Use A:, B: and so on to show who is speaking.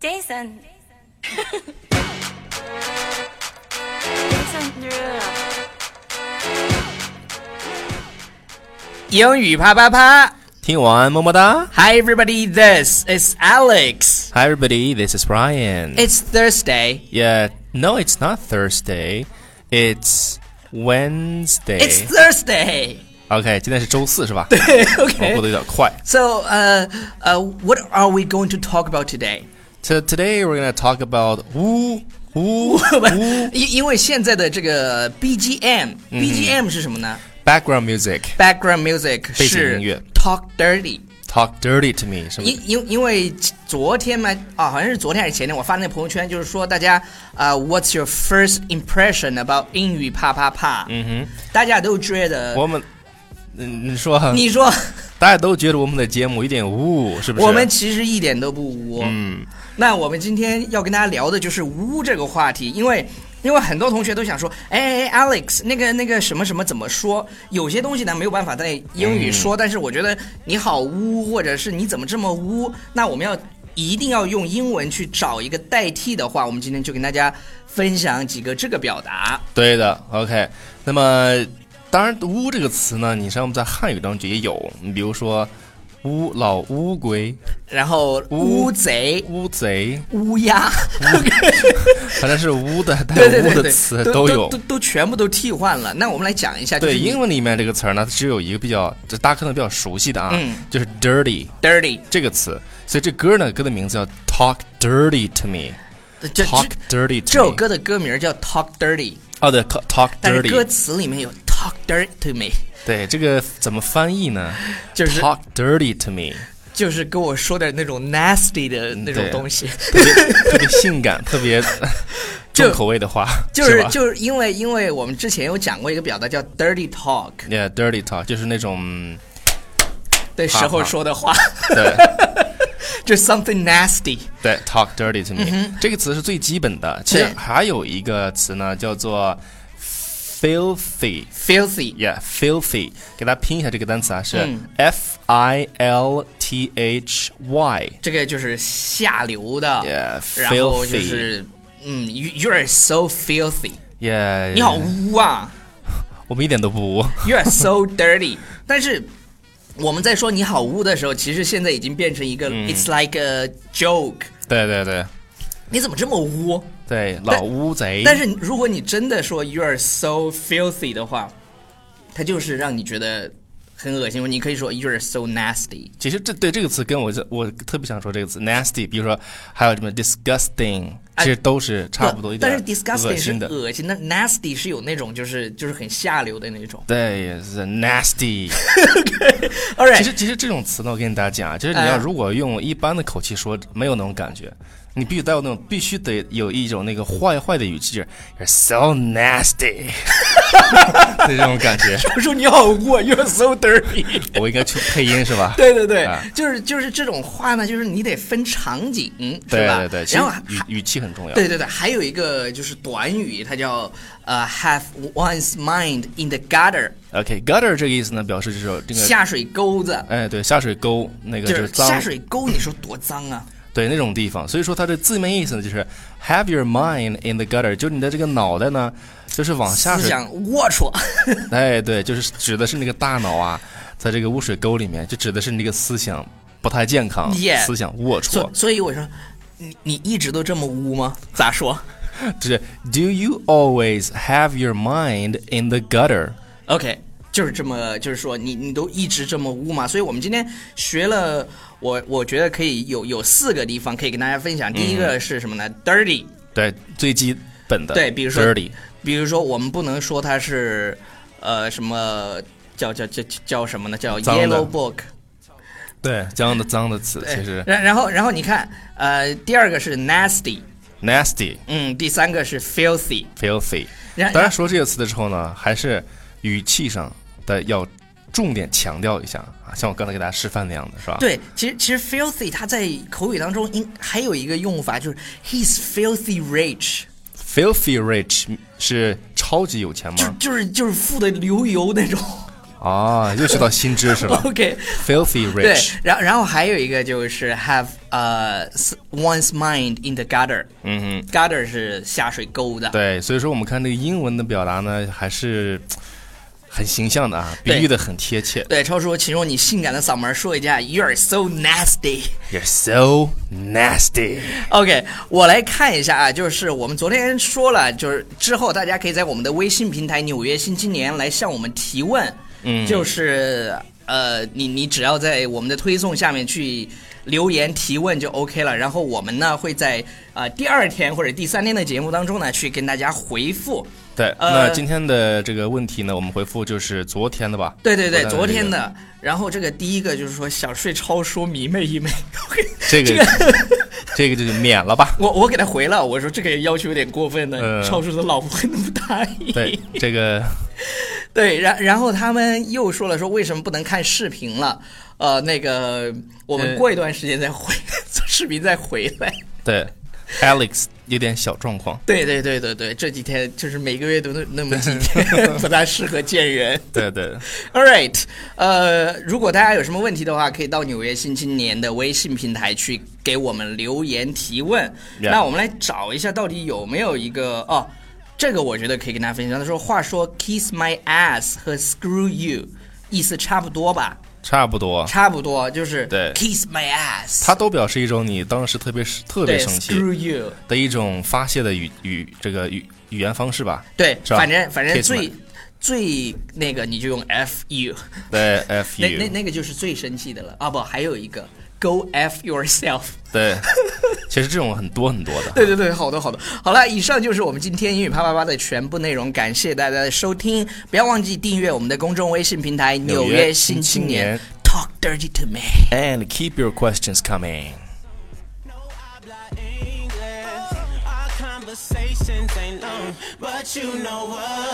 A: Jason. Jason Derulo.
B: 英语啪啪啪
C: 听完么么哒
B: ！Hi everybody, this is Alex.
C: ！Hi everybody, this is Brian.
B: It's Thursday.
C: yeah, no, it's not Thursday, it's Wednesday.
B: It's Thursday.
C: OK，今天是周四是吧？我 过
B: okay.
C: 得有点快。
B: So, uh, uh, what are we going to talk about today?
C: So today we're gonna talk about 呜呜呜
B: 因因为现在的这个 BGM，BGM、BGM 是什么呢
C: background music.
B: ？Background music
C: 背景
B: 是
C: 音乐
B: Talk Dirty。
C: Talk dirty to me 什么？
B: 因因因为昨天嘛，啊，好像是昨天还是前天，我发那朋友圈，就是说大家啊、w h a t s your first impression about 英语啪啪啪？嗯哼，大家都觉得，
C: 我们，嗯，你说，
B: 你说
C: 大家都觉得我们的节目有点污，是不是？
B: 我们其实一点都不污。嗯，那我们今天要跟大家聊的就是污这个话题，因为。因为很多同学都想说，哎哎哎，Alex，那个那个什么什么怎么说？有些东西呢没有办法在英语
C: 嗯
B: 说，但是我觉得你好污，或者是你怎么这么污？那我们要一定要用英文去找一个代替的话，我们今天就跟大家分享几个这个表达。
C: 对的，OK。那么，当然“污”这个词呢，你像在汉语当中也有，你比如说“乌老乌龟
B: 然后
C: 污
B: 乌贼”、“、
C: 乌贼
B: 乌鸦，”，
C: 反正是“污”的带
B: 对对
C: “污”
B: 对
C: 的
B: 对，
C: 词
B: 都
C: 有
B: 都。都全部都替换了。那我们来讲一下，就是
C: 对
B: 你
C: 英文里面这个词儿呢，只有一个比较，这大家可能比较熟悉的啊，
B: 嗯
C: 就是 “dirty”
B: dirty
C: 这个词。所以这歌呢，歌的名字叫《Talk Dirty to Me
B: 这》这
C: ，Talk Dirty
B: 这
C: to
B: 首
C: me。
B: 歌的歌名叫 Talk Dirty，
C: 哦，对，Talk Talk
B: 但是歌
C: Dirty。
B: 词里面有 Talk Dirty to me，
C: 对，这个怎么翻译呢？
B: 就是
C: Talk Dirty to me。
B: 就是跟我说点那种 nasty 的那种
C: 对
B: 东西，
C: 特别特别性 感、特别
B: 就
C: 重口味的话，
B: 就是
C: 吧
B: 就是因为因为我们之前有讲过一个表达叫 dirty talk
C: ，yeah dirty talk，就是 那种
B: 的时候说的话，
C: 对
B: 就 something nasty，
C: 对 talk dirty
B: 嗯
C: to me、这个词是最基本的。其实还有一个词呢，叫做 filthy。
B: filthy，
C: Yeah, filthy，给大家拼一下这个单词啊，是
B: 嗯
C: F I L T H Y。
B: 这个就是下流的
C: Yeah,
B: 然后就
C: filthy.
B: 是嗯，you you are so filthy，
C: Yeah，
B: 你好污啊。
C: 我们一点都不污。
B: You are so dirty 。但是我们在说你好污的时候，其实现在已经变成一个、It's
C: 嗯
B: like a joke。
C: 对对对
B: 你怎么这么污？
C: 对，老乌贼。
B: 但是如果你真的说 You are so filthy 的话，它就是让你觉得很恶心。你可以说 You are so nasty。
C: 其实这对这个词跟我这我特别想说这个词 nasty，比如说还有什么 disgusting，
B: 哎
C: 其实都是差不多一
B: 但
C: 点儿
B: 是 disgusting
C: 恶
B: 是
C: 心的。
B: 恶心的，nasty 是有那种就是就是很下流的那种。
C: 对，也是 nasty。
B: All right，
C: 哎其实其实这种词呢，我跟大家讲啊，就是你要
B: 哎
C: 如果用一般的口气说，没有那种感觉，你必须带有那种必须得有一种那个坏坏的语气就是，you're so nasty，那种感觉。
B: 我说你好污啊，You are so dirty。
C: 我应该去配音是吧？
B: 对对对，
C: 啊
B: 就是就是这种话呢，就是你得分场景，是
C: 对
B: 吧？
C: 对对，其实
B: 然后还
C: 语语气很重要。
B: 对对对，还有一个就是短语，它叫呃、have one's mind in the gutter，、
C: OK，gutter 这个意思呢，表示就是这个。
B: 下水沟子，
C: 哎，对，下水沟那个
B: 就
C: 就是
B: 是
C: 脏
B: 下水沟，你说多脏啊？
C: 对那种地方，所以说它的字面意思呢，就是 have your mind in the gutter，就是你的这个脑袋呢，就是往下
B: 思
C: 水，
B: 想龌 龊，
C: 哎，对，就是指的是那个大脑啊，在这个污水沟里面，就指的是你这个思想不太健康
B: Yeah
C: 思想龌龊
B: 所，所以我说，你你一直都这么污吗？咋说
C: 就是 Do you always have your mind in the gutter？
B: ？OK。就是这么，就是说你你都一直这么污吗？所以我们今天学了，我我觉得可以有有四个地方可以跟大家分享。第一
C: 嗯
B: 个是什么呢、d i r t y
C: 对，最基本的，
B: 对比如说
C: dirty，
B: 比如说，我们不能说它是，呃，什么叫叫叫叫什么呢？叫
C: 脏的
B: yellow book。
C: 对，脏的脏的词，
B: 对
C: 其实
B: 然然后然后你看，呃，第二个是 nasty，
C: nasty。
B: 嗯，第三个是 filthy，
C: filthy
B: 然。
C: 当然，说这个词的时候呢，还是语气上的要重点强调一下啊，像我刚才给大家示范那样的是吧？，
B: 对，其实其实 filthy 它在口语当中应还有一个用法就是 he's filthy rich，
C: ，filthy rich 是超级有钱
B: 就
C: 吗？
B: 就是就是富的流油那种。
C: 啊，又学到新知识了。
B: OK，
C: Filthy
B: 对
C: rich，，
B: 然然后还有一个就是 have 呃、s- one's mind in the gutter，嗯哼，gutter 是下水沟的，
C: 对，所以说我们看这个英文的表达呢，还是很形象的啊，比
B: 对
C: 喻的很贴切。
B: 对，超叔，请用你性感的嗓门说一下，You're so nasty。
C: You're so nasty。
B: OK，我来看一下啊，就是我们昨天说了，就是之后大家可以在我们的微信平台《纽约新青年》来向我们提问，嗯，就是呃，你你只要在我们的推送下面去留言提问就 OK 了，然后我们呢会在啊、呃第二天或者第三天的节目当中呢去跟大家回复。
C: 对，
B: 呃
C: 那今天的这个问题呢，我们回复就是昨天的吧？
B: 对对对，
C: 昨
B: 昨
C: 天
B: 天
C: 的
B: 的。然后这个第一个就是说想睡超说迷妹一妹，
C: 这个，这个就免了吧？
B: 我我给他回了，我说这个要求有点过分了，
C: 呃
B: 超叔的老婆很不答应。
C: 对，这个
B: 对，然然后他们又说了，说为什么不能看视频了？呃，那个我们
C: 呃
B: 过一段时间再回、视频再回来。
C: 对，Alex 有点小 状况。
B: 对对对对对，这几天就是每个月都那那么几天 不大适合见人。
C: 对对，
B: All right，呃，如果大家有什么问题的话，可以到《纽约新青年》的微信平台去给我们留言提问。
C: Yeah
B: 那我们来找一下，到底有没有一个哦，这个我觉得可以跟大家分享。他说：“话说 kiss my ass 和 screw you 意思差不多吧？
C: 差不多。
B: 差不多，就是
C: 啊对
B: kiss my ass，
C: 它都表示一种你当时特别特别
B: 对
C: 生气
B: screw you，
C: 的一种发泄的语语这个语语言方式吧？
B: 对，
C: 是吧
B: 反正反正
C: kiss my-
B: 最最那个你就用 f you。”
C: 对，f
B: 那那
C: u，
B: 那个就是最生气的了啊！不，还有一个 go f yourself。
C: 对， 其实这种很多很多的。
B: 对对对，好的好的，好了，以上就是我们今天英语啪啪啪的全部内容，感谢大家的收听，不要忘记订阅我们的公众微信平台《纽
C: 纽
B: 约
C: 约
B: 新
C: 新
B: 青
C: 青
B: 年
C: 年》
B: ，Talk dirty to me。
C: And keep your questions coming.
A: No, I habla English. Our conversations ain't long, but you know what?